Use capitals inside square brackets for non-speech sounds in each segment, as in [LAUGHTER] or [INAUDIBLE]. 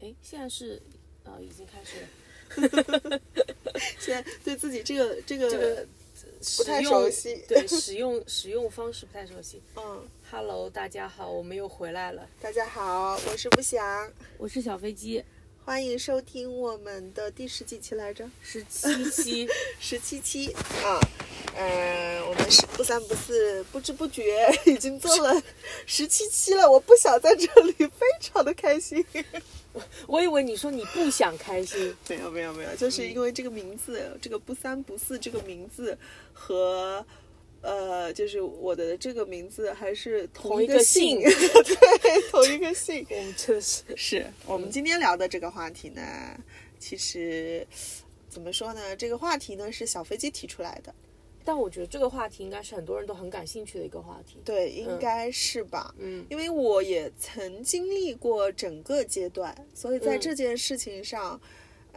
哎，现在是呃已经开始了现在对自己这个这个这个不太使用熟悉对 [LAUGHS] 使用使用方式不太熟悉。嗯， Hello，大家好，我们又回来了，大家好，我是不祥，我是小飞 [LAUGHS] 机，欢迎收听我们的第十几期来着，十七期，十七期啊，呃，我们是不三不四，不知不觉已经做了十七期了，我不想在这里，非常的开心。 [LAUGHS] 我以为你说你不想开心，没有没有没有，就是嗯因为这个名字，这个不三不四这个名字和。呃，就是我的这个名字还是同同一个个姓，姓 [LAUGHS] 对，同一个姓， [LAUGHS] 我们真的是是我嗯们今天聊的这个话题呢，其实怎么说呢？这个话题呢是小飞机提出来的，但我觉得这个话题应该是很多人都很感兴趣的一个话题。对，应该是吧？嗯，因为我也曾经历过整个阶段，所以在嗯这件事情上，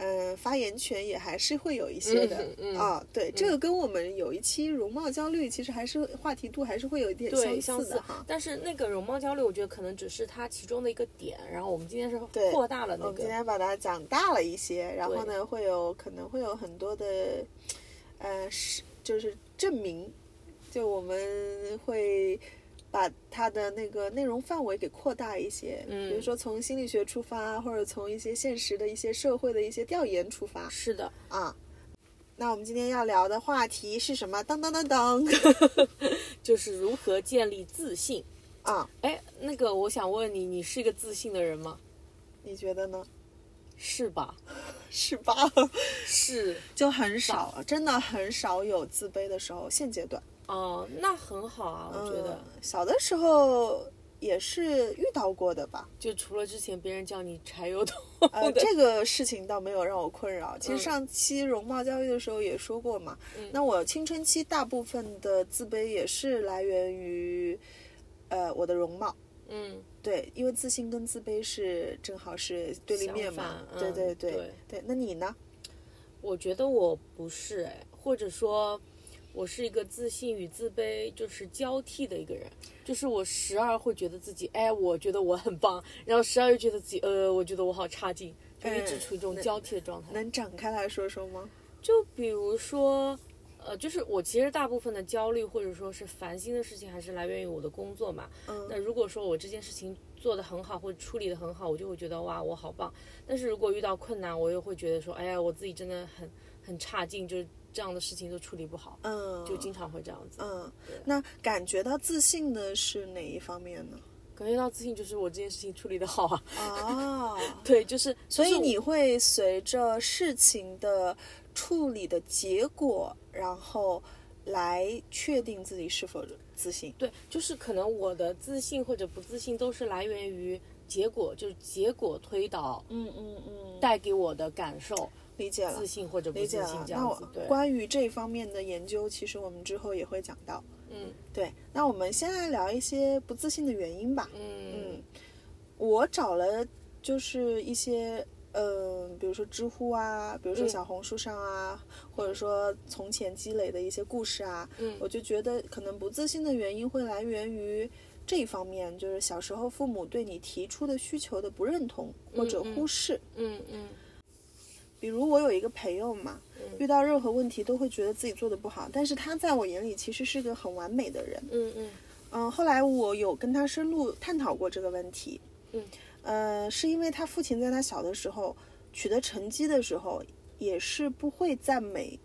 嗯、发言权也还是会有一些的。嗯嗯啊，对，这个跟我们有一期容貌焦虑，其实还是话题度还是会有一点对，相相的哈。但是那个容貌焦虑，我觉得可能只是它其中的一个点，然后我们今天是对扩大了我那们今个，天把它讲大了一些，然后对呢，会有可能会有很多的，呃，是就是证明，就我们会把它的那个内容范围给扩大一些，嗯比如说从心理学出发，或者从一些现实的一些社会的一些调研出发是的，啊。那我们今天要聊的话题是什么？当当当当就是如何建立自信。啊！哎，那个我想问你，你是一个自信的人吗？你觉得呢？是吧？是吧？ [LAUGHS] 是，就很少，真的很少有自卑的时候，现阶段。哦、那很好啊，我觉得，嗯小的时候也是遇到过 [LAUGHS] 的吧。就除了之前别人叫你柴油桶， [LAUGHS] 呃，这个事情倒没有让我困扰。其实嗯上期容貌焦虑的时候也说过嘛，嗯那我青春期大部分的自卑也是来源于，呃，我的容貌。嗯，对，因为自信跟自卑是正好是对立面嘛相。反对嗯对对对对，那你呢？我觉得我不是哎，或者说，我是一个自信与自卑就是交替的一个人，就是我时而会觉得自己哎，我觉得我很棒，然后时而又觉得自己呃，我觉得我好差劲，就一直处于这种交替的状态。能展开来说说吗？就比如说，呃，就是我其实大部分的焦虑或者说是烦心的事情，还是来源于我的工作嘛。嗯那如果说我这件事情做得很好，或者处理得很好，我就会觉得哇，我好棒。但是如果遇到困难，我又会觉得说，哎呀，我自己真的很很差劲，就是这样的事情都处理不好，嗯，就经常会这样子。嗯，那感觉到自信的是哪一方面 [LAUGHS] 呢？感觉到自信就是我这件事情处理得好啊。 [LAUGHS] 啊，对，就是所以就是你会随着事情的处理的结果，然后来确定自己是否自信。对，就是可能我的自信或者不自信都是来源于结果，就是结果推导嗯嗯嗯，带给我的感受。理解了自，信或者不理解自了信。这啊那样我子，对，关于这方面的研究，其实我们之后也会讲到。嗯对，那我们先来聊一些不自信的原因吧。嗯嗯，我找了就是一些，呃，比如说知乎啊，比如说嗯小红书上啊，或者说从前积累的一些故事啊，嗯我就觉得可能不自信的原因会来源于这一方面，就是小时候父母对你提出的需求的不认同或者嗯忽视。嗯嗯比如我有一个朋友嘛，嗯遇到任何问题都会觉得自己做的不好，但是他在我眼里其实是个很完美的人。嗯嗯嗯，后来我有跟他深入探讨过这个问题。嗯，呃，是因为他父亲在他小的时候取得成绩的时候，也是不会赞美、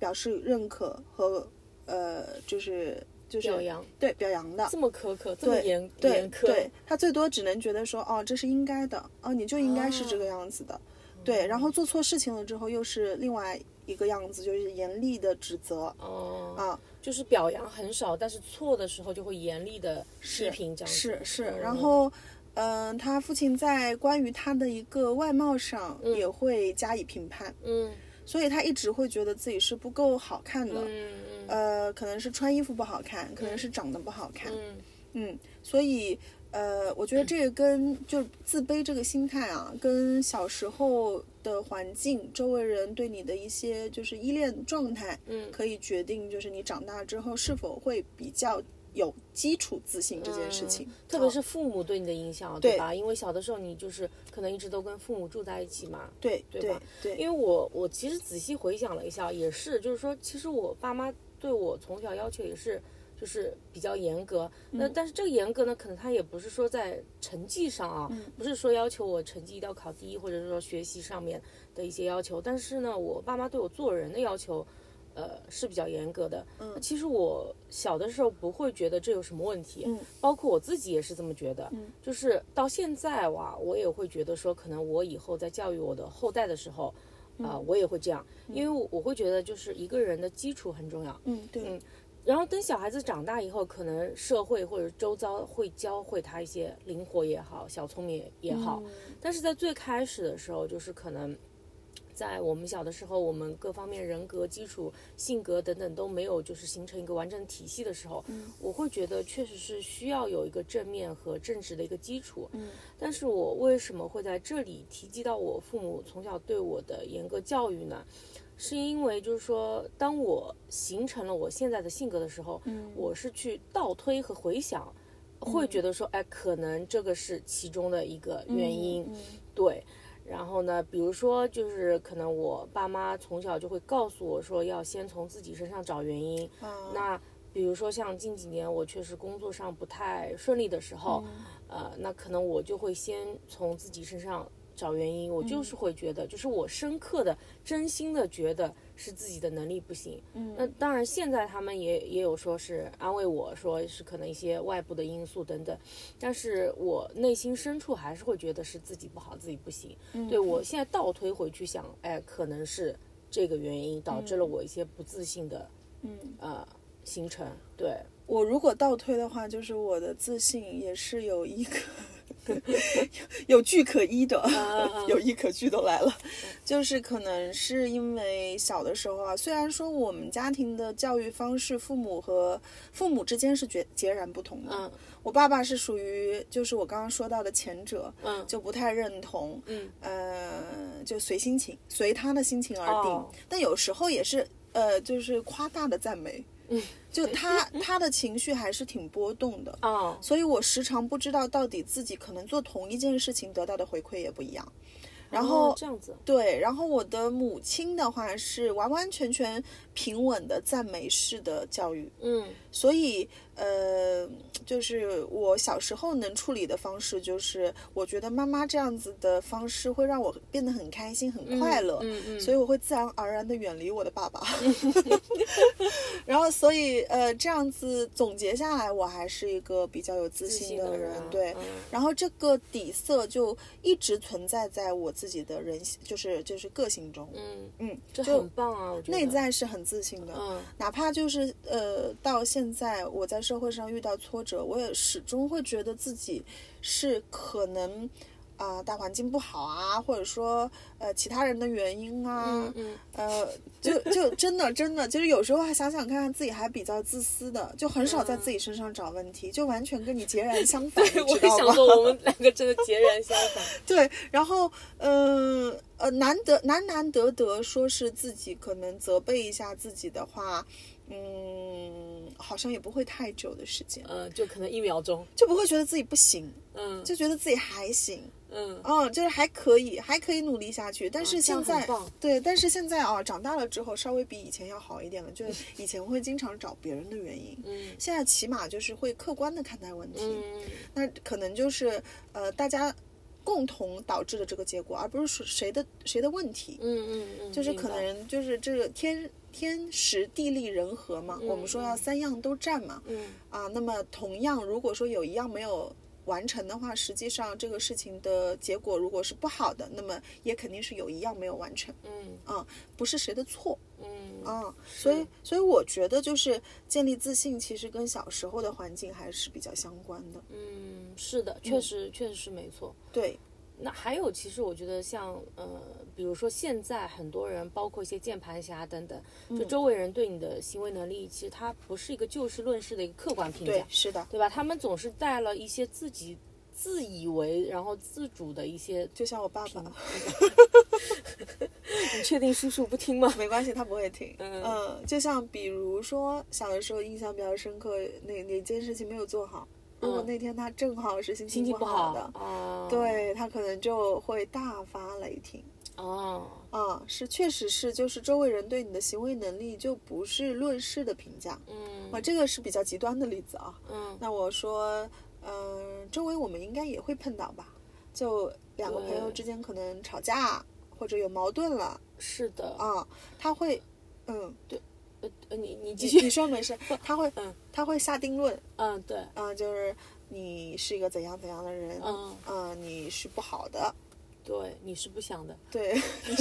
表示认可和呃，就是就是表扬对表扬的。这么苛刻，这么对严对严苛，对，他最多只能觉得说，哦，这是应该的，哦，你就应该是这个样哦子的，对。然后嗯做错事情了之后，又是另外一个样子，就是严厉的指责哦、啊。就是表扬很少，但是错的时候就会严厉的批评这样子，是是，嗯然后，嗯、他父亲在关于他的一个外貌上嗯也会加以评判，嗯所以他一直会觉得自己是不够好看的，嗯嗯呃，可能是穿衣服不好看，可能是长得不好看，嗯嗯，所以。呃，我觉得这个跟就自卑这个心态啊，跟小时候的环境、周围人对你的一些就是依恋状态，嗯可以决定就是你长大之后是否会比较有基础自信这件事情，嗯特别是父母对你的影响，对吧？因为小的时候你就是可能一直都跟父母住在一起嘛。对对对吧对因为我我其实仔细回想了一下，也是就是说，其实我爸妈对我从小要求也是就是比较严格。那、但是这个严格呢，可能他也不是说在成绩上啊，不是说要求我成绩一定要考第一，或者是说学习上面的一些要求。但是呢，我爸妈对我做人的要求。呃，是比较严格的。嗯，其实我小的时候不会觉得这有什么问题，嗯包括我自己也是这么觉得。嗯，就是到现在哇，我也会觉得说，可能我以后在教育我的后代的时候，啊、我也会这样，因为我我会觉得就是一个人的基础很重要。嗯对然后等小孩子长大以后，可能社会或者周遭会教会他一些灵活也好，小聪明也好。但是在最开始的时候，就是可能在我们小的时候，我们各方面人格基础、性格等等都没有就是形成一个完整体系的时候，我会觉得确实是需要有一个正面和正直的一个基础。但是我为什么会在这里提及到我父母从小对我的严格教育呢？是因为就是说，当我形成了我现在的性格的时候，嗯我是去倒推和回想，会觉得说，哎，可能这个是其中的一个原因，嗯对。然后呢，比如说，就是可能我爸妈从小就会告诉我说，要先从自己身上找原因。啊那比如说像近几年我确实工作上不太顺利的时候，嗯呃，那可能我就会先从自己身上找原因，我嗯就是会觉得，就是我深刻的、真心的觉得是自己的能力不行。嗯，那当然，现在他们也也有说是安慰我说是可能一些外部的因素等等，但是我内心深处还是会觉得是自己不好，自己不行。对我现在倒推回去想，哎，可能是这个原因导致了我一些不自信的，嗯呃形成。对，我如果倒推的话，就是我的自信也是有一个有有据可依的， [LAUGHS] 有依可据都来了。啊就是可能是因为小的时候啊，虽然说我们家庭的教育方式，父母和父母之间是截截然不同的。嗯我爸爸是属于就是我刚刚说到的前者，嗯就不太认同，嗯，呃，就随心情，随他的心情而定。哦但有时候也是，呃，就是夸大的赞美，嗯，就他他的情绪还是挺波动的，哦，所以我时常不知道到底自己可能做同一件事情得到的回馈也不一样。然后哦这样子，对，然后我的母亲的话是完完全全平稳的赞美式的教育，嗯所以，呃，就是我小时候能处理的方式，就是我觉得妈妈这样子的方式会让我变得很开心、很快乐，嗯嗯，所以我会自然而然的远离我的爸爸。 [LAUGHS] 然后，所以，呃，这样子总结下来，我还是一个比较有自自信信的的人啊，对。嗯然后这个底色就一直存在在我自己的人，就是就是个性中，嗯，嗯，这就很棒啊，我觉得内，在是很自信的，嗯哪怕就是呃，到现在我在社会上遇到挫折，我也始终会觉得自己是可能啊、大环境不好啊，或者说呃其他人的原因啊嗯，嗯，呃，就就真的真的，就是有时候还想想看看自己还比较自私的，就很少在自己身上找问题，就完全跟你截然相反，你嗯我知也道想吗？说我们两个真的截然相反， [LAUGHS] 对，然后，嗯呃，难得难难得得说是自己可能责备一下自己的话，嗯，好像也不会太久的时间，呃，就可能一秒钟，就不会觉得自己不行，嗯就觉得自己还行，嗯，嗯，就是还可以，还可以努力下去。但是啊这现样在很，棒对，但是现在啊，长大了之后稍微比以前要好一点了，就是以前会经常找别人的原因，嗯现在起码就是会客观的看待问题，嗯那可能就是呃大家共同导致的这个结果，而不是说谁的谁的问题，嗯嗯嗯，就是明可白，能就是这个天天时地利人和嘛，我们说要三样都占嘛，嗯啊，那么同样如果说有一样没有。完成的话，实际上这个事情的结果如果是不好的，那么也肯定是有一样没有完成，嗯不是谁的错嗯啊、所以，所以我觉得就是建立自信，其实跟小时候的环境还是比较相关的。嗯，是的，确实确实是没错。对，那还有，其实我觉得像呃，比如说现在很多人，包括一些键盘侠等等，就周围人对你的行为能力，其实它不是一个就事论事的一个客观评价，对，是的。对吧？他们总是带了一些自己自以为然后自主的一些就像我爸爸，你确定叔叔不听吗？ [LAUGHS] 没关系，他不会听。嗯嗯，就像比如说小的时候印象比较深刻，哪哪件事情没有做好，如果嗯那天他正好是心心情情不不好好的，啊，，对他可能就会大发雷霆。哦，啊，是，确实是，就是周围人对你的行为能力就不是论事的评价嗯啊，这个是比较极端的例子啊。嗯，那我说，嗯、周围我们应该也会碰到吧？就两个朋友对之间可能吵架或者有矛盾了是的，啊，他会，嗯，呃，呃你你继你续，你说 [LAUGHS] 没事，他会，嗯他会下定论嗯，对，啊，就是你是一个怎样怎样的人，嗯，啊，你是不好的，对，你是不想的，对， [LAUGHS]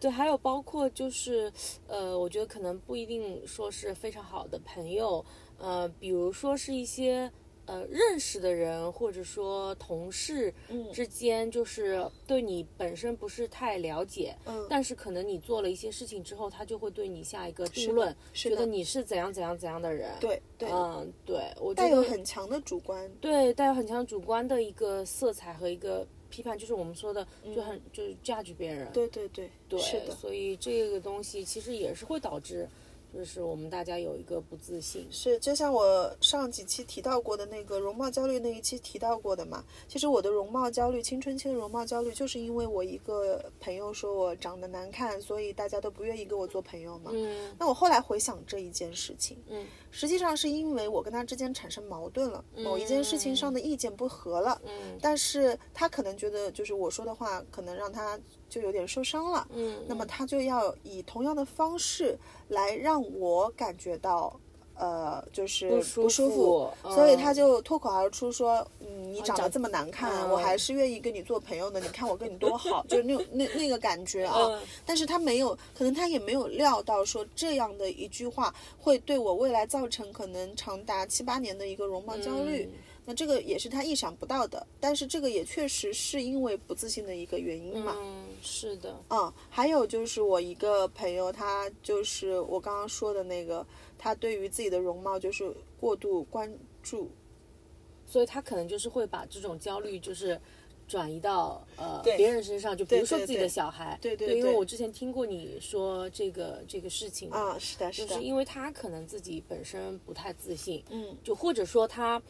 对，还有包括就是，呃，我觉得可能不一定说是非常好的朋友，呃，比如说是一些呃认识的人，或者说同事嗯之间，就是对你本身不是太了解，嗯，但是可能你做了一些事情之后，他就会对你下一个是的定论，是觉得的，你是怎样怎样怎样的人。，对对，嗯，对，我带觉有得很强的主观，对带有很强主观的一个色彩和一个批判，就是我们说的，就嗯很、就是 judge 别人。对对对，对，是的，所以这个东西其实也是会导致，就是我们大家有一个不自信。是，就像我上几期提到过的那个容貌焦虑那一期提到过的嘛，其实我的容貌焦虑，青春期的容貌焦虑，就是因为我一个朋友说我长得难看，所以大家都不愿意跟我做朋友嘛。嗯那我后来回想这一件事情，嗯实际上是因为我跟他之间产生矛盾了，某一件事情上的意见不合了，嗯但是他可能觉得就是我说的话可能让他就有点受伤了，嗯，那么他就要以同样的方式来让我感觉到，呃，就是不不舒服，服，所以他嗯就脱口而出说：“嗯，你长得长这么难看，嗯我还是愿意跟你做朋友的。你看我跟你多 [LAUGHS] 好，就是那种那那个感觉啊。嗯但是他没有，可能他也没有料到说这样的一句话会对我未来造成可能长达七八年的一个容貌焦虑。那这个也是他意想不到的，但是这个也确实是因为不自信的一个原因嘛。嗯，是的，嗯，还有就是我一个朋友，他就是我刚刚说的那个，他对于自己的容貌就是过度关注，所以他可能就是会把这种焦虑就是。转移到呃对别人身上，就比对如说对自己对的小孩，对对对，因为对我之前听过你说这个这个事情嘛，啊，是的，是就的是，因为他可能自己本身不太自信，嗯，就或者说他，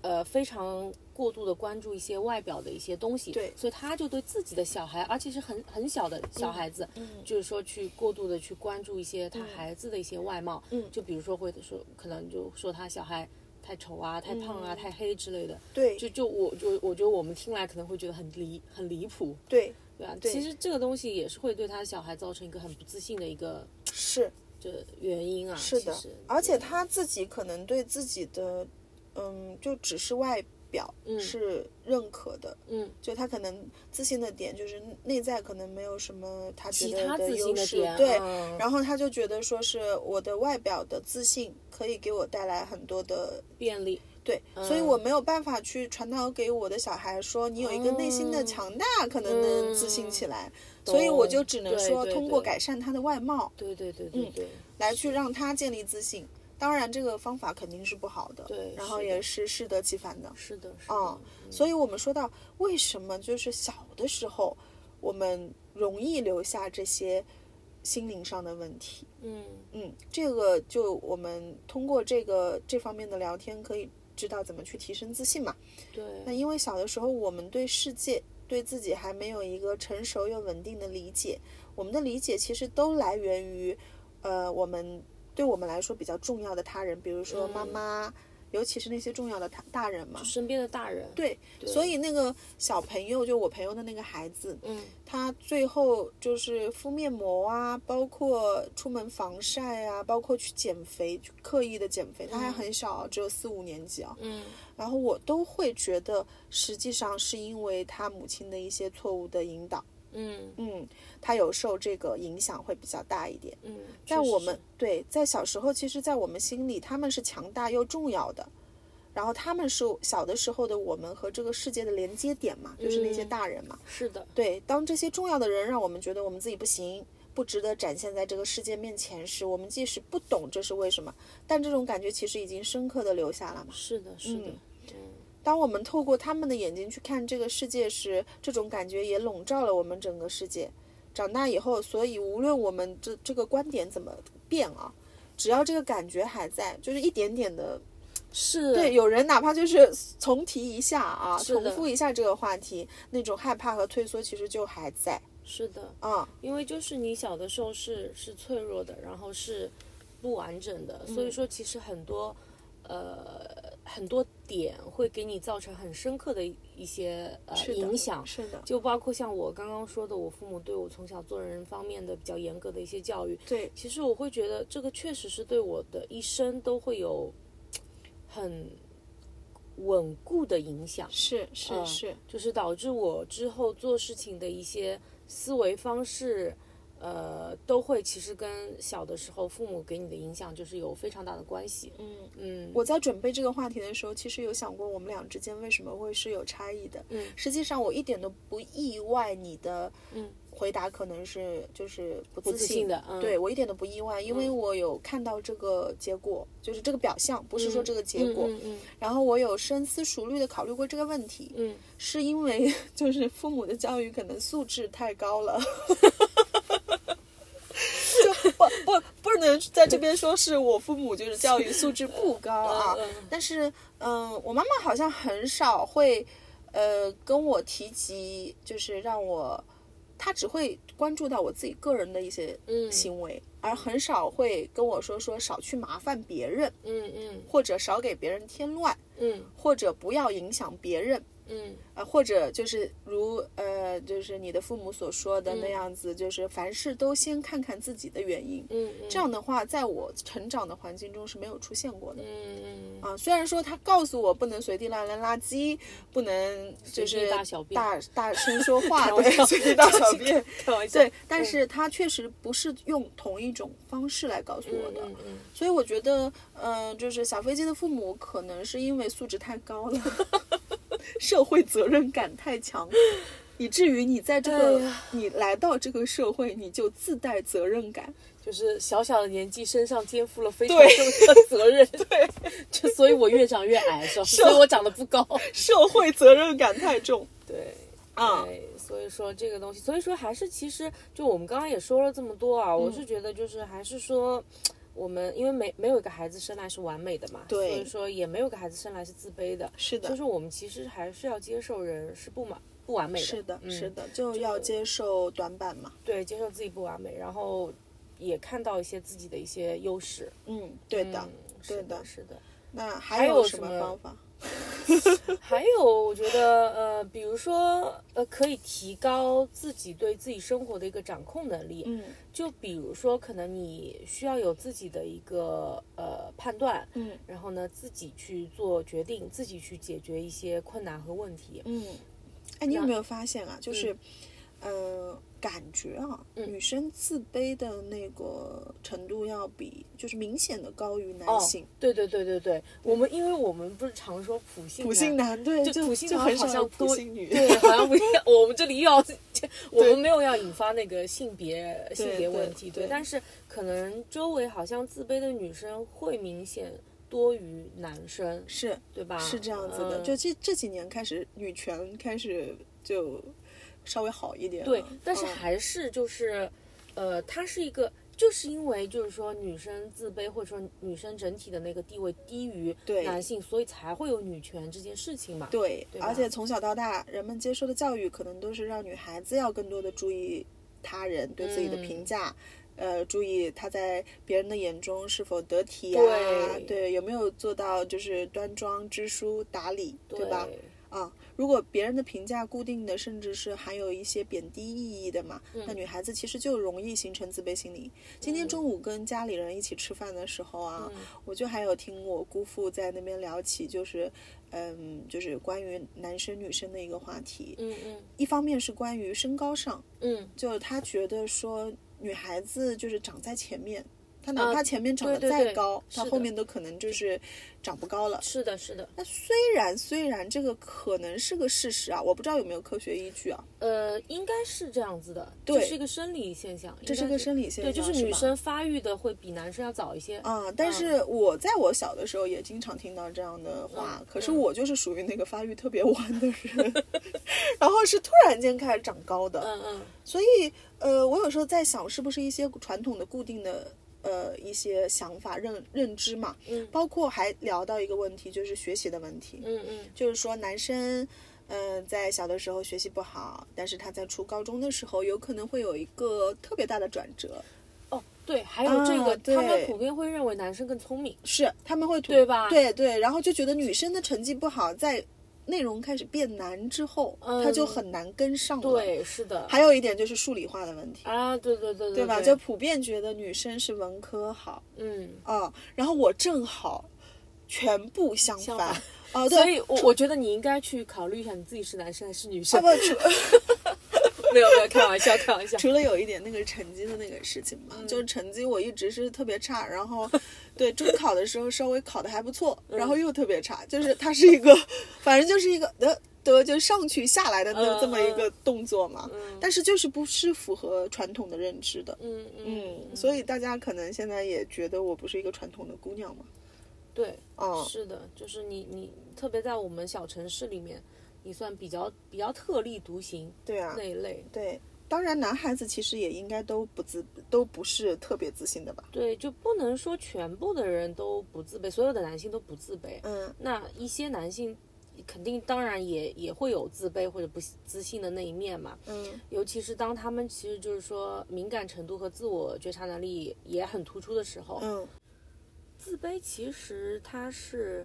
呃，非常过度的关注一些外表的一些东西，对所以他就对自己的小孩，而且是很很小的小孩子，嗯就是说去过度的去关注一些他孩子的一些外貌，嗯就比如说会说，可能就说他小孩太丑啊、太胖啊、嗯太黑之类的，对就就我就我觉得我们听来可能会觉得很离很离谱，对，啊对吧？对其实这个东西也是会对他小孩造成一个很不自信的一个是这原因啊，是的其实，而且他自己可能对自己的，嗯，就只是外表嗯是认可的，嗯就他可能自信的点就是内在可能没有什么他觉其得他自信优的势，点，对，嗯然后他就觉得说是我的外表的自信可以给我带来很多的便利，对，所以我嗯没有办法去传导给我的小孩说你有一个内心哦的强大，可能能自信起来，所以我就只能嗯对说对通过对改善他的外貌对对对对对，嗯来去让他建立自信。当然，这个方法肯定是不好的，对然后是的嗯也是适得其反的。是的，是啊的，所以我们说到为什么就是小的时候我们容易留下这些心灵上的问题，嗯，嗯，这个就我们通过这个这方面的聊天，可以知道怎么去提升自信嘛。那对，因为小的时候，我们对世界、对自己还没有一个成熟又稳定的理解，我们的理解其实都来源于，呃，我们对我们来说比较重要的他人，比如说妈妈，尤其是那些重要的他大人嘛。身边的大人，对，所以那个小朋友，就我朋友的那个孩子，嗯，他最后就是敷面膜啊，包括出门防晒啊，包括去减肥，去刻意的减肥。他还很小啊，只有四五年级啊。嗯然后我都会觉得，实际上是因为他母亲的一些错误的引导，嗯嗯，他有受这个影响会比较大一点。嗯，在确实我是们对在小时候，其实，在我们心里，他们是强大又重要的。然后他们是小的时候的我们和这个世界的连接点嘛，就是那些嗯大人嘛。是的，对，当这些重要的人让我们觉得我们自己不行，不值得展现在这个世界面前时，我们即使不懂这是为什么，但这种感觉其实已经深刻的留下了嘛。是的，是的嗯，当我们透过他们的眼睛去看这个世界时，这种感觉也笼罩了我们整个世界。长大以后，所以无论我们这这个观点怎么变啊，只要这个感觉还在，就是一点点的是对，有人哪怕就是重提一下啊，是的重复一下这个话题，那种害怕和退缩其实就还在是的，啊。因为就是你小的时候是是脆弱的，然后是不完整的，所以嗯说其实很多呃很多点会给你造成很深刻的一些呃是的影响。是的，就包括像我刚刚说的，我父母对我从小做人方面的比较严格的一些教育，对，其实我会觉得这个确实是对我的一生都会有很稳固的影响，是是嗯是，就是导致我之后做事情的一些思维方式，呃，都会其实跟小的时候父母给你的影响就是有非常大的关系。嗯。嗯，我在准备这个话题的时候，其实有想过我们俩之间为什么会是有差异的。嗯实际上我一点都不意外你的嗯回答可能是就是不不自自信的，嗯，对我一点都不意外，因为我有看到这个结果，就是这个表象，不是说这个结果。嗯嗯然后我有深思熟虑的考虑过这个问题，嗯，是因为就是父母的教育可能素质太高了。就不不不能在这边说是我父母就是教育素质不高啊，嗯但是嗯、我妈妈好像很少会呃跟我提及，就是让我，她只会关注到我自己个人的一些嗯行为，而很少会跟我说说少去麻烦别人，嗯嗯或者少给别人添乱，嗯或者不要影响别人。嗯呃，或者就是如呃，就是你的父母所说嗯的那样子，就是凡事都先看看自己的原因。嗯，这样的话，在我成长的环境中是没有出现过的。嗯嗯啊，虽然说他告诉我不能随地乱扔垃圾，不能就随是地大小便大大声说 [LAUGHS] 话，开玩对，笑随地大小便，开玩笑，对，但是他确实不是用同一种方式来告诉我的，嗯嗯所以我觉得，嗯、就是小飞机的父母可能是因为素质太高了， [LAUGHS] 社会责任感太强，以至于你在这个、哎你来到这个社会，你就自带责任感。就是小小的年纪，身上肩负了非常对重的责 [LAUGHS] 任。对， [LAUGHS] 就所以我越长越矮，是吧？所以我长得不高。社会责任感太重 [LAUGHS] 对，啊，对，所以说这个东西，所以说还是其实就我们刚刚也说了这么多啊，我嗯是觉得就是还是说。我们因为没没有一个孩子生来是完美的嘛，对所以说也没有一个孩子生来是自卑的，是的就，是我们其实还是要接受人是不满不完美的，是的，嗯是的，就要接受短板嘛。对，接受自己不完美，然后也看到一些自己的一些优势，嗯，对的。嗯，对是的是的，那还还有什什么么方法？还有，我觉得呃，比如说呃，可以提高自己对自己生活的一个掌控能力。嗯就比如说，可能你需要有自己的一个呃判断，嗯然后呢，自己去做决定，自己去解决一些困难和问题。嗯。哎，你有那没有发现啊？嗯就是，呃，感觉啊，女生自卑的那个程度要比就是明显的高于哦男性。对对对对对，我们因为我们不是常说普信普信男。男对，就就普信就男很好少像有普多信女。对，好像不一 [LAUGHS] 样。我们这里又要，我对们没有要引发那个性别性别对问题，对但是可能周围好像自卑的女生会明显多于男生， [LAUGHS] 是对吧？是这样子的，嗯就这这几年开始，女权开始就稍微好一点了。对，但是嗯还是就是，呃，它是一个。就是因为就是说女生自卑，或者说女生整体的那个地位低于对男性，所以才会有女权这件事情嘛。对，对吧而且从小到大，人们接受的教育可能都是让女孩子要更多的注意他人对自己的嗯评价，呃，注意她在别人的眼中是否得体啊，对有没有做到就是端庄、知书达理，对对吧？？啊，如果别人的评价固定的，甚至是含有一些贬低意义的嘛，嗯那女孩子其实就容易形成自卑心理。今天中午跟家里人一起吃饭的时候啊，嗯我就还有听我姑父在那边聊起，就是，嗯，就是关于男生女生的一个话题。嗯嗯一方面是关于身高上，嗯就他觉得说女孩子就是长在前面，它哪怕前面长得啊对对再对高，它是后的面都可能就是长不高了。是的，是的，那虽然虽然这个可能是个事实啊，我不知道有没有科学依据啊，呃，应该是这样子的，对这是一个生理现象，这是应该个生理现对，象，就是是女吧生发育的会比男生要早一些。啊、但嗯是我在我小的时候也经常听到这样的话，嗯可是嗯我就是属于那个发育特别晚的人， [LAUGHS] 然后是突然间开始长高的，嗯嗯，所以呃，我有时候在想，是不是一些传统的固定的呃一些想法认认知嘛，嗯包括还聊到一个问题，就是学习的问题，嗯嗯就是说男生。嗯，在小的时候学习不好，但是他在初高中的时候有可能会有一个特别大的转折，哦，对，还有这个，啊对他们普遍会认为男生更聪明。是他们会吐对吧对对，然后就觉得女生的成绩不好，在内容开始变难之后，嗯他就很难跟上了。，对，是的。还有一点就是数理化的问题，啊，对对对对，对对吧？就普遍觉得女生是文科好嗯，啊、然后我正好全部相相反反啊、所对。以我我觉得你应该去考虑一下你自己是男生还是女啊生不。，除没有没有，开玩笑开玩笑。除了有一点那个成绩的那个事情嘛，嗯就是成绩我一直是特别差，然后对中考的时候稍微考的还不错，嗯然后又特别差，就是它是一个，反正就是一个得得就上去下来的那嗯这么一个动作嘛，嗯但是就是不是符合传统的认知的。嗯嗯嗯，所以大家可能现在也觉得我不是一个传统的姑娘嘛。对，嗯，是的，就是你你特别在我们小城市里面，你算比较比较特立独行对啊那，一类。对，当然男孩子其实也应该都不自都不是特别自信的吧。对，就不能说全部的人都不自卑，所有的男性都不自卑。嗯那一些男性肯定当然也也会有自卑或者不自信的那一面嘛，嗯尤其是当他们其实就是说敏感程度和自我觉察能力也很突出的时候，嗯自卑其实它是，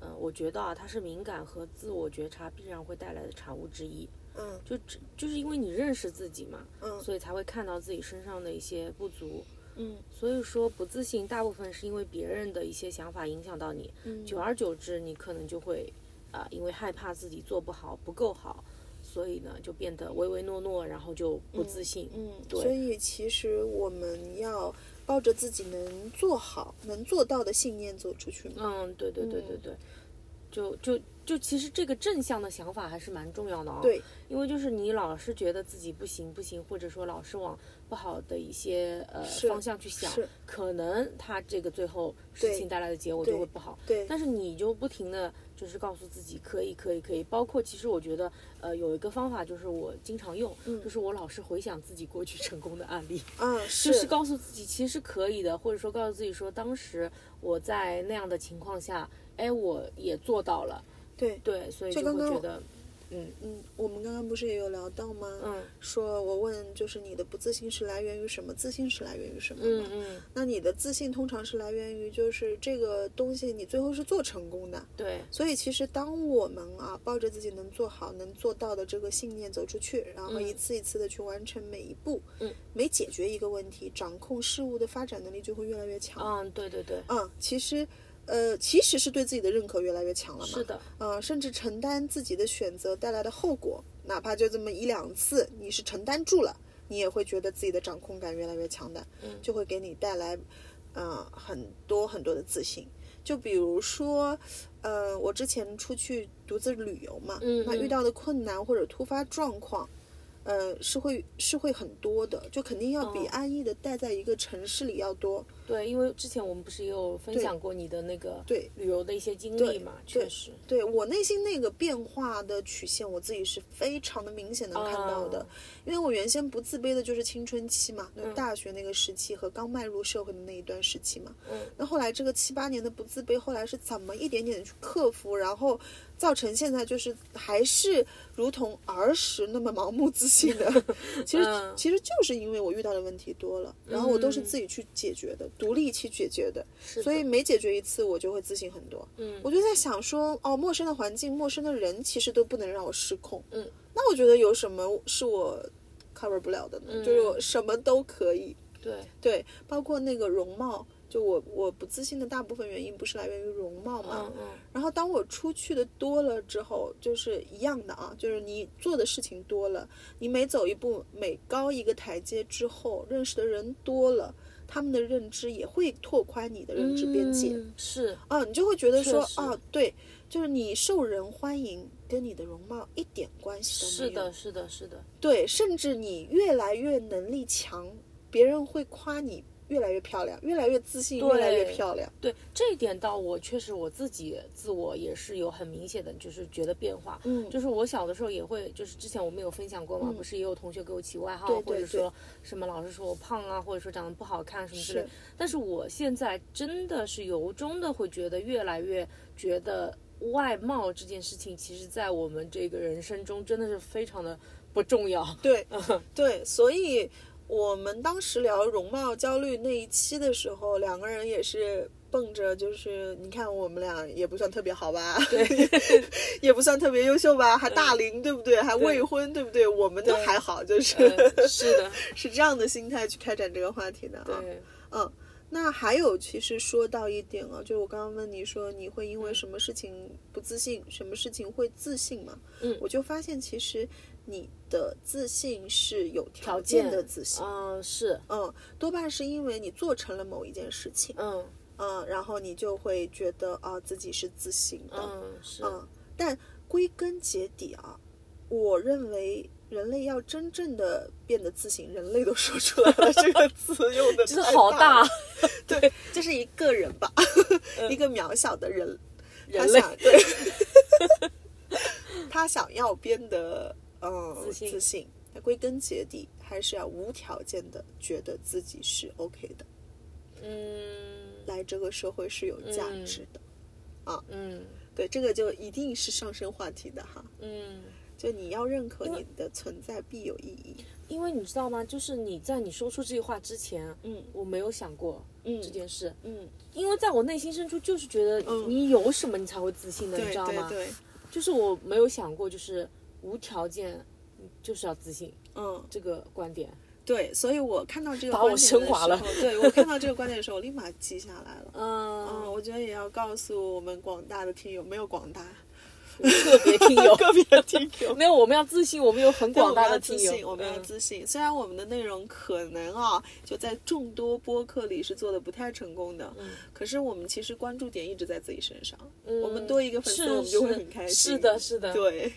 嗯、我觉得啊，它是敏感和自我觉察必然会带来的产物之一。嗯就只就是因为你认识自己嘛，嗯所以才会看到自己身上的一些不足。嗯所以说不自信，大部分是因为别人的一些想法影响到你，嗯久而久之，你可能就会啊、因为害怕自己做不好、不够好，所以呢就变得唯唯诺诺，然后就不自信。嗯，对所以其实我们要抱着自己能做好、能做到的信念走出去嘛。嗯，对对对对对，就就就其实这个正向的想法还是蛮重要的啊、对，因为就是你老是觉得自己不行不行，或者说老是往不好的一些呃是方向去想是，可能它这个最后事对情带来的结果对就会不好。对，但是你就不停的就是告诉自己可以可以可以，包括其实我觉得呃有一个方法就是我经常用，嗯就是我老是回想自己过去成功的案例，啊就是是告诉自己其实是可以的，或者说告诉自己说当时我在那样的情况下，哎我也做到了，对，对，所以就就刚会刚觉得嗯嗯，我们刚刚不是也有聊到吗？嗯说我问就是你的不自信是来源于什么？自信是来源于什么嗯嘛？嗯，那你的自信通常是来源于就是这个东西你最后是做成功的。对，所以其实当我们啊抱着自己能做好、能做到的这个信念走出去，然后嗯一次一次的去完成每一步，嗯，每解决一个问题，掌控事物的发展能力就会越来越强。嗯对对对，嗯，其实。呃，其实是对自己的认可越来越强了嘛。是。的，呃，甚至承担自己的选择带来的后果，哪怕就这么一两次，你是承担住了，你也会觉得自己的掌控感越来越强的，嗯就会给你带来，呃，很多很多的自信。就比如说，呃，我之前出去独自旅游嘛，嗯那遇嗯到的困难或者突发状况，呃，是会是会很多的，就肯定要比哦安逸的待在一个城市里要多。对，因为之前我们不是也有分对享过你的那个对旅游的一些经历对嘛，对确实，对我内心那个变化的曲线，我自己是非常的明显能看到的，哦因为我原先不自卑的就是青春期嘛，那嗯大学那个时期和刚迈入社会的那一段时期嘛，嗯那后来这个七八年的不自卑，后来是怎么一点点地去克服，然后造成现在就是还是如同儿时那么盲目自信 [LAUGHS] 的，其实、嗯其实就是因为我遇到的问题多了，然后我都是自己去解决的，独立去解决的，是的所以每解决一次我就会自信很多，嗯我就在想说，哦，陌生的环境、陌生的人，其实都不能让我失控。嗯，那我觉得有什么是我 cover 不了的呢？嗯就是我什么都可以，对，对，包括那个容貌。就我我不自信的大部分原因不是来源于容貌嘛，嗯嗯然后当我出去的多了之后，就是一样的啊，就是你做的事情多了，你每走一步、每高一个台阶之后，认识的人多了，他们的认知也会拓宽你的认知边界。嗯是，啊，你就会觉得说确实啊，对，就是你受人欢迎跟你的容貌一点关系都是没有。的，是的，是的，对，甚至你越来越能力强，别人会夸你越来越漂亮，越来越自信，越来越对漂亮。对这一点倒我确实我自己自我也是有很明显的，就是觉得变化。嗯就是我小的时候也会，就是之前我们有分享过嘛，嗯不是也有同学给我起外号，对或者对对说什么老是说我胖啊，或者说长得不好看什么之类是。但是我现在真的是由衷的会觉得越来越觉得外貌这件事情，其实在我们这个人生中真的是非常的不重要。对对，所以我们当时聊容貌焦虑那一期的时候，两个人也是蹦着就是，你看我们俩也不算特别好吧，对， [LAUGHS] 也不算特别优秀吧，还大龄、对不对？还未婚对不对？我们都对还好，就是、 [LAUGHS] 嗯是的，是这样的心态去开展这个话题的啊。 [LAUGHS] 对。嗯，那还有，其实说到一点啊，就是我刚刚问你说你会因为嗯什么事情不自信，什么事情会自信嘛？嗯我就发现其实你的自信是有条条件件的自信，嗯，是，嗯，多半是因为你做成了某一件事情，嗯嗯，然后你就会觉得啊、自己是自信的，嗯是，嗯，但归根结底啊，我认为人类要真正的变得自省，人类都说出来了这个词 [LAUGHS] 用的真的好大大，，对，就是一个人吧，一个渺小的人，嗯人他类想对， [LAUGHS] 他想要变得嗯自信自信，那归根结底还是要无条件的觉得自己是 OK 的，嗯来这个社会是有价嗯值的，嗯对，这个就一定是上升话题的哈。嗯，就你要认可因为你的存在必有意义。因为你知道吗？就是你在你说出这句话之前，嗯我没有想过嗯这件事，嗯，因为在我内心深处就是觉得嗯你有什么你才会自信的，你对知道对吗？对，就是我没有想过，就是无条件就是要自信嗯这个观点，对，所以我看到这个把观我点升的华时了候对我看到这个观点的时候，我立马记下来了。嗯，嗯，我觉得也要告诉我们广大的听友，没有广 [LAUGHS] 大，个嗯别听 [LAUGHS] 友。个别听友。没有，我们要自信，我们有很但我广们大要的自听友，信，我们要嗯自信。虽然我们的内容可能啊，就在众多播客里是做的不太成功的，嗯可是我们其实关注点一直在自己身上。我们多一个粉丝，是我们就会是很开心。嗯是的，是的，对，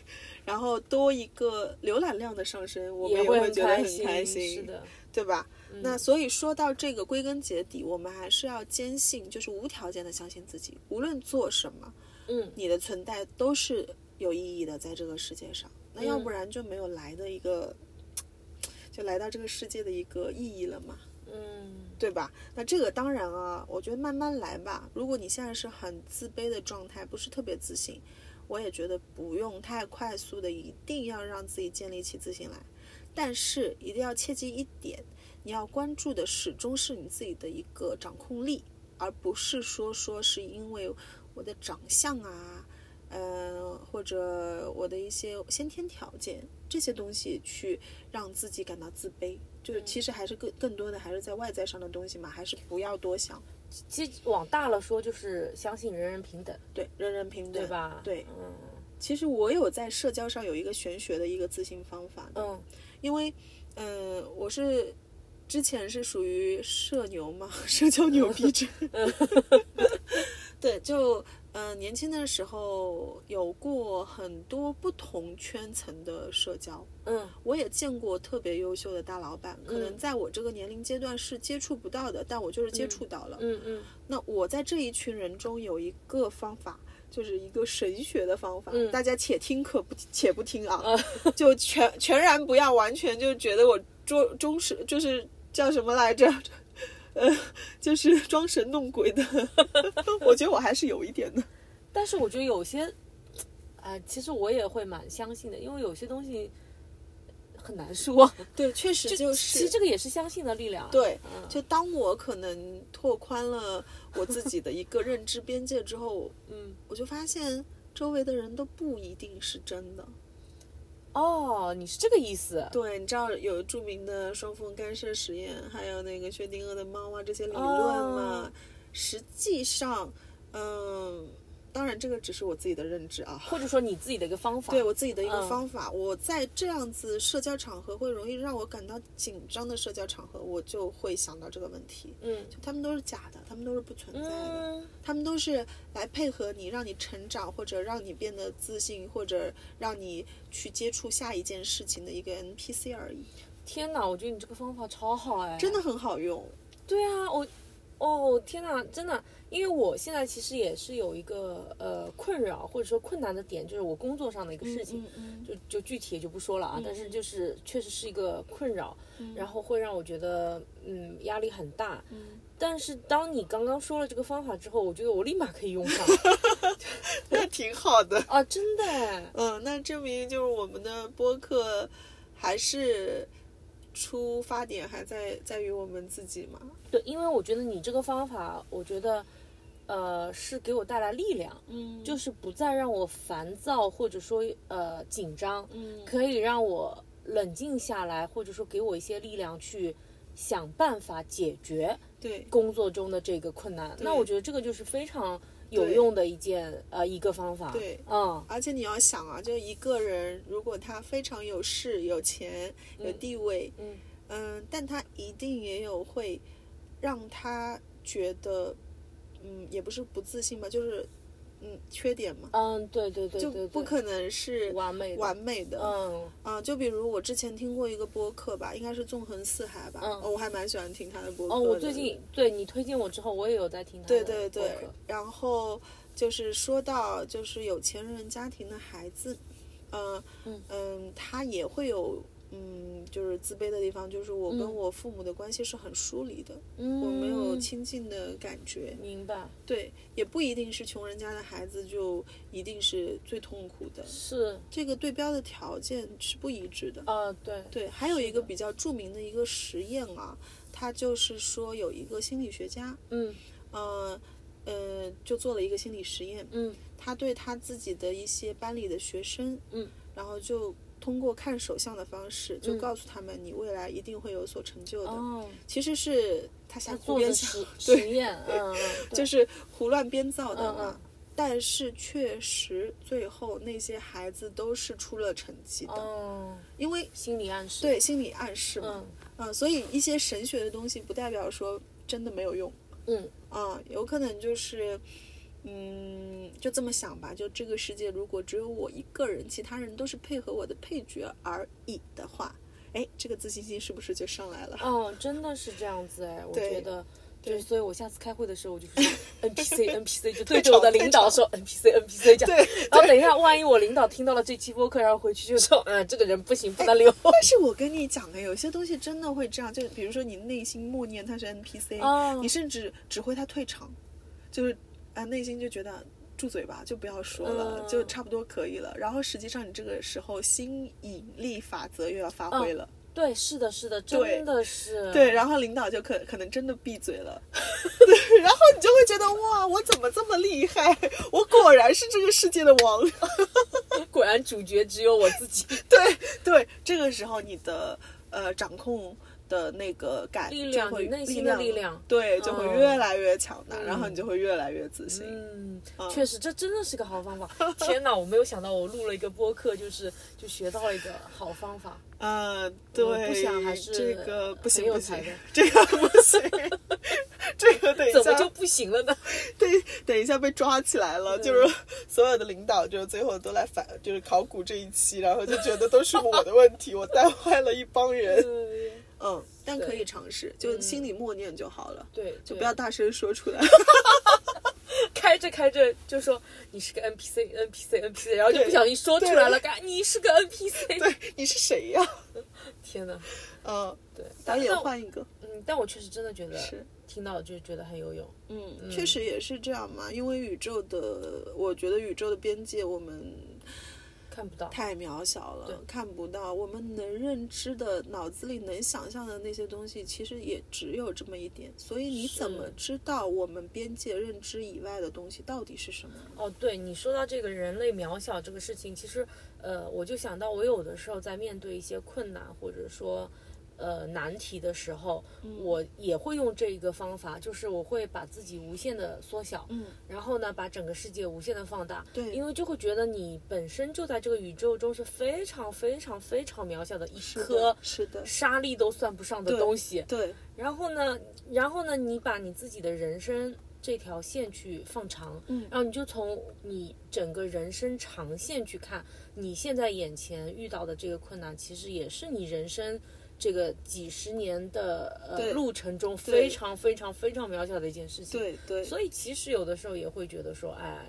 然后多一个浏览量的上升，我嗯们也也会很觉得很心，开是的，对吧？嗯那所以说到这个，归根结底，我们还是要坚信，就是无条件的相信自己，无论做什么，嗯，你的存在都是有意义的，在这个世界上。那要不嗯然就没有来的一个，就来到这个世界的一个意义了嘛，嗯对吧？那这个当然啊，我觉得慢慢来吧。如果你现在是很自卑的状态，不是特别自信，我也觉得不用太快速的，一定要让自己建立起自信来。但是一定要切记一点，你要关注的始终是你自己的一个掌控力，而不是说说是因为我的长相啊，呃，或者我的一些先天条件这些东西去让自己感到自卑。就是其实还是更更多的还是在外在上的东西嘛，还是不要多想。其实往大了说，就是相信人人平等，对，人人平等，对？吧？对嗯其实我有在社交上有一个玄学的一个自信方法的，嗯因为，嗯、我是之前是属于社牛嘛，社交牛逼症。嗯 [LAUGHS] 对，就嗯、呃年轻的时候有过很多不同圈层的社交，嗯我也见过特别优秀的大老板，可能在我这个年龄阶段是接触不到的，但我就是接触到了。嗯嗯那我在这一群人中有一个方法，就是一个神学的方法，嗯大家且听可不且不听啊，就全全然不要，完全就觉得我忠忠实就是叫什么来着？呃，就是装神弄鬼的， [LAUGHS] 我觉得我还是有一点的。但是我觉得有些，啊、其实我也会蛮相信的，因为有些东西很难说，对，确实 [LAUGHS] 其实这个也是相信的力量。，对，嗯就当我可能拓宽了我自己的一个认知边界之后，嗯，我就发现周围的人都不一定是真的。哦，你是这个意思。对，你知道有著名的双缝干涉实验，还有那个薛定谔的猫啊这些理论嘛？哦实际上，嗯，当然，这个只是我自己的认知啊，或者说你自己的一个方法。对我自己的一个嗯方法。我在这样子社交场合会容易让我感到紧张的社交场合，我就会想到这个问题。嗯就他们都是假的，他们都是不存在的。嗯他们都是来配合你，让你成长，或者让你变得自信，或者让你去接触下一件事情的一个 NPC 而已，天哪，我觉得你这个方法超好哎，真的很好用。对啊，我，哦天哪，真的，因为我现在其实也是有一个呃困扰或者说困难的点，就是我工作上的一个事情，嗯就就具体也就不说了啊，但是就是确实是一个困扰，然后会让我觉得嗯压力很大。嗯但是当你刚刚说了这个方法之后，我觉得我立马可以用 [LAUGHS] 上嗯那挺好的。啊，真的哎，嗯，那证明就是我们的播客还是出发点还在在于我们自己嘛。对，因为我觉得你这个方法，我觉得呃是给我带来力量，嗯就就是不再让我烦躁或者说呃紧张，嗯可以让我冷静下来，或者说给我一些力量去想办法解决对工作中的这个困难。那我觉得这个就是非常有用的一件呃一个方法。对嗯，而且你要想啊，就一个人，如果他非常有势、有钱、有地位，嗯嗯但他一定也有会让他觉得，嗯，也不是不自信吧，就是嗯缺点嘛，嗯，对对对对就对，不可能是完美的完美的。嗯啊，就比如我之前听过一个播客吧，应该是纵横四海吧，嗯哦，我还蛮喜欢听他的播客哦，我的最近对你推荐我之后，我也有在听他对的对播对客，然后就是说到就是有钱人家庭的孩子，呃、嗯嗯，他也会有嗯，就是自卑的地方，就是我跟嗯我父母的关系是很疏离的，嗯，我没有亲近的感觉。明白，对，也不一定是穷人家的孩子就一定是最痛苦的，是这个对标的条件是不一致的。啊，对，对，还有一个的比较著名的一个实验啊，他就是说有一个心理学家，嗯呃呃，就做了一个心理实验，嗯他对他自己的一些班里的学生，嗯，然后就通过看手相的方式，就嗯告诉他们你未来一定会有所成就的。哦，其实是他瞎他胡做编的造 [LAUGHS] 实，实验，嗯，嗯就对是胡乱编造的嗯嘛。嗯但是确实，最后那些孩子都是出了成绩的，哦，因为心理暗示，对心理暗示嘛，嗯。嗯，所以一些神学的东西不代表说真的没有用，嗯啊，有可能就是，嗯，就这么想吧，就这个世界如果只有我一个人，其他人都是配合我的配角而已的话，哎，这个自信心是不是就上来了？嗯，真的是这样子哎，我对觉得。对就是，所以我下次开会的时候，我就 [LAUGHS] 说 NPC NPC，就对着我的领导说 NPC NPC [LAUGHS] 这样。然后等一下，万一我领导听到了这期播客，然后回去就说，嗯，这个人不行，不哎能 [LAUGHS] 留。但是我跟你讲啊，有些东西真的会这样，就比如说你内心默念他是 NPC，、哦你甚至指挥他退场，就是啊、内心就觉得。住嘴吧，就不要说了，嗯就差不多可以了。然后实际上，你这个时候心引力法则又要发嗯挥了，对，是的，是的，对真的是。对，然后领导就可可能真的闭嘴了， [LAUGHS] 对，然后你就会觉得哇，我怎么这么厉害？ [LAUGHS] 我果然是这个世界的王。果然主角只有我自己， [LAUGHS] 对对，这个时候你的呃掌控的那个感力就量会你内心的量力量对，就会嗯越来越强大，然后你就会越来越自信。嗯，确实，这真的是个好方 [LAUGHS] 法。天哪，我没有想到，我录了一个播客，就是就学到了一个好方法。呃，对，不想还是这个不行很有不行才的，这个不 [LAUGHS] 行，这个等一下怎么就不行了呢？ [LAUGHS] 对，等一下被抓起来了，嗯就是所有的领导就最后都来反，就是考古这一期，然后就觉得都是我的问题，我带坏了一帮人。对嗯，但可以尝试，就心里默念就好了，嗯对，就不要大声说出来。开着开着就说你是个 NPC NPC NPC，然后就不小心说出来了，嘎，你是个 NPC。对， [LAUGHS] 你是谁呀？天哪，嗯，对，导但演但我换一个，嗯，但我确实真的觉得是听到就觉得很有用。嗯，确实也是这样嘛，因为宇宙的，我觉得宇宙的边界我们看不到，太渺小对了，看不到。我们能认知的、脑子里能想象的那些东西，其实也只有这么一点。所以你是怎么知道我们边界认知以外的东西到底是什么？哦，对你说到这个人类渺小这个事情，其实，呃，我就想到我有的时候在面对一些困难，或者说，呃难题的时候，嗯我也会用这一个方法，就是我会把自己无限的缩小，嗯，然后呢，把整个世界无限的放大，对因为就会觉得你本身就在这个宇宙中是非常非常非常渺小的一是颗的，是的，沙粒都算不上的东西，对，然后呢，然后呢，你把你自己的人生这条线去放长，嗯然后你就从你整个人生长线去看，你现在眼前遇到的这个困难，其实也是你人生这个几十年的呃对路程中对非常非常非常渺小的一件事情。，对对，所以其实有的时候也会觉得说，哎，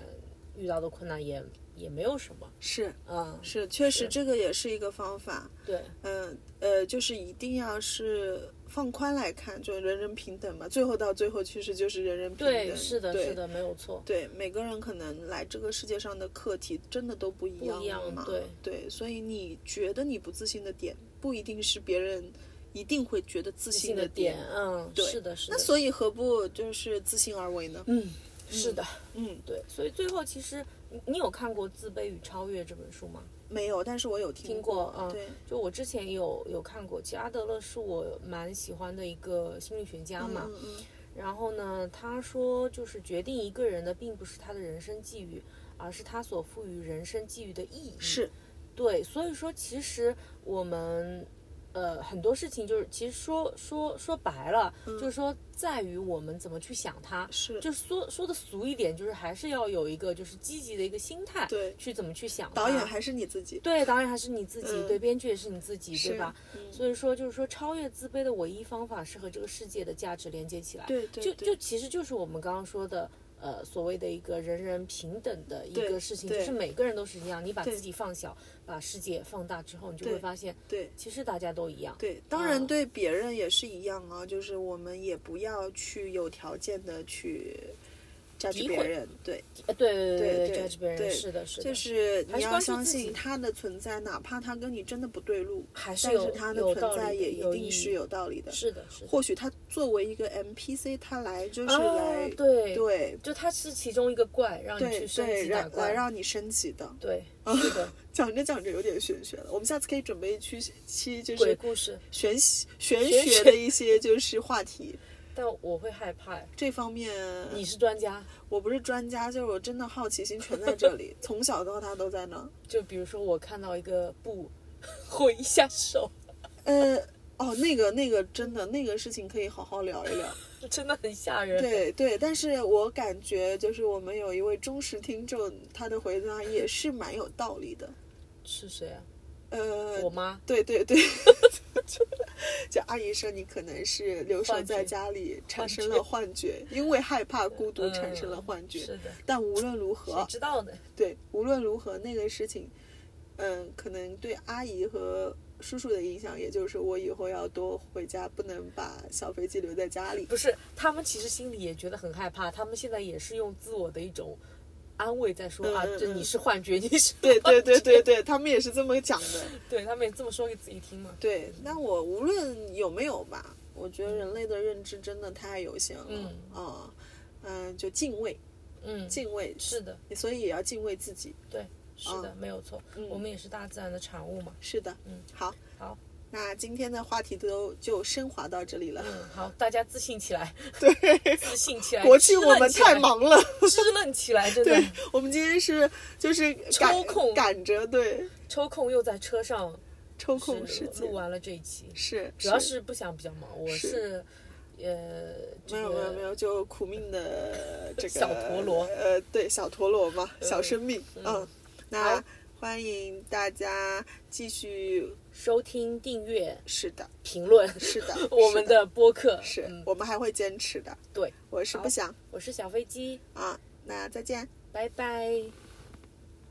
遇到的困难也也没有什么，是嗯，是，确实是这个也是一个方法。对，嗯呃，就是一定要是放宽来看，就人人平等嘛。最后到最后，其实就是人人平等。对，是的，对是。的，没有错，对，每个人可能来这个世界上的课题真的都不一不一样嘛。对所以你觉得你不自信的点，不一定是别人一定会觉得自信的点。点，嗯，对是的，是的。那所以何不就是自信而为呢？嗯，是的，嗯，对，所以最后其实你你有看过《自卑与超越》这本书吗？没有，但是我有听听过嗯嗯对，就我之前也有有看过，其实阿德勒是我蛮喜欢的一个心理学家嘛。嗯嗯然后呢，他说就是决定一个人的，并不是他的人生际遇，而是他所赋予人生际遇的意义。是，对，所以说其实我们。呃，很多事情就是，其实说说说白了，嗯就是说在于我们怎么去想它，是就是说说的俗一点，就是还是要有一个就是积极的一个心态，对去怎么去想它导演还是你自己，啊对导演还是你自己，嗯对编剧也是你自己，对吧？嗯所以说就是说超越自卑的唯一方法是和这个世界的价值连接起来，对对就对就其实就是我们刚刚说的。呃，所谓的一个人人平等的一对个事情，就对是每个人都是一样。你把对自己放小，把世界放大之后，你就对会发现，对其实大家都一样。对，当然嗯对别人也是一样啊，就是我们也不要去有条件的去 judge 诋别毁人，对，呃对对对对对，judge 别对人是的，是的，就是还是你要关注相自己信他的存在，哪怕他跟你真的不对路，还是但有是他的有存道在理的也一有意定是义有道理的。是的，是的。或许他作为一个 NPC，他来就是啊来，对，对就它是其中一个怪，让你对去升对，级打让来怪。让你升级的。 [LAUGHS] 对，是的，讲着讲着有点玄学了，我们下次可以准备一期期就鬼是故事，玄玄玄学学的一些就是话题。但我会害怕。哎这方面，你是专家，我不是专家，就是我真的好奇心全在这 [LAUGHS] 里，从小到大都在那儿。就比如说我看到一个布， [LAUGHS] 挥一下手，呃，哦，那个那个真的那个事情可以好好聊一聊。 [LAUGHS] 真的很吓人。对对，但是我感觉就是我们有一位忠实听众，他的回答也是蛮有道理的。是谁啊？呃我，妈。对对对， [LAUGHS] 就阿姨说你可能是留守幻觉在家里产幻生觉了幻觉，因为害怕孤独产生了嗯幻觉。是的，但无论如何谁，知道呢？对，无论如何那个事情，嗯，可能对阿姨和叔叔的影响，也就是我以后要多回家，不能把小飞机留在家里。不是，他们其实心里也觉得很害怕，他们现在也是用自我的一种安慰在说嗯啊嗯，这嗯你是幻觉，你是对对对对对，他们也是这么讲的。 [LAUGHS] 对，他们也这么说给自己听嘛。对，那我无论有没有吧，我觉得人类的认知真的太有限了。嗯啊，嗯，就敬畏，嗯，敬畏，是的，所以也要敬畏自己。对，是嗯的，没有错，我们也是大自然的产物嘛。是的，嗯，好，好。那今天的话题都就升华到这里了。嗯，好，大家自信起 [LAUGHS] 来，对，自信起来。国庆支我棱们起来太，忙了。支棱起来，真的。对， [LAUGHS] 我们今天是就是赶抽空赶着对抽空又在车上抽是空时间录完了这一期，是主要是不想比较忙，我是呃，这没有没有没个有就苦命的这个小陀螺呃对小陀螺嘛小生命嗯，那好欢迎大家继续收听、订阅、是的评论是的 [LAUGHS] 我是们的的播客。是嗯，我们还会坚持的，对，我是不好想我是小飞机，啊，那再见。拜拜。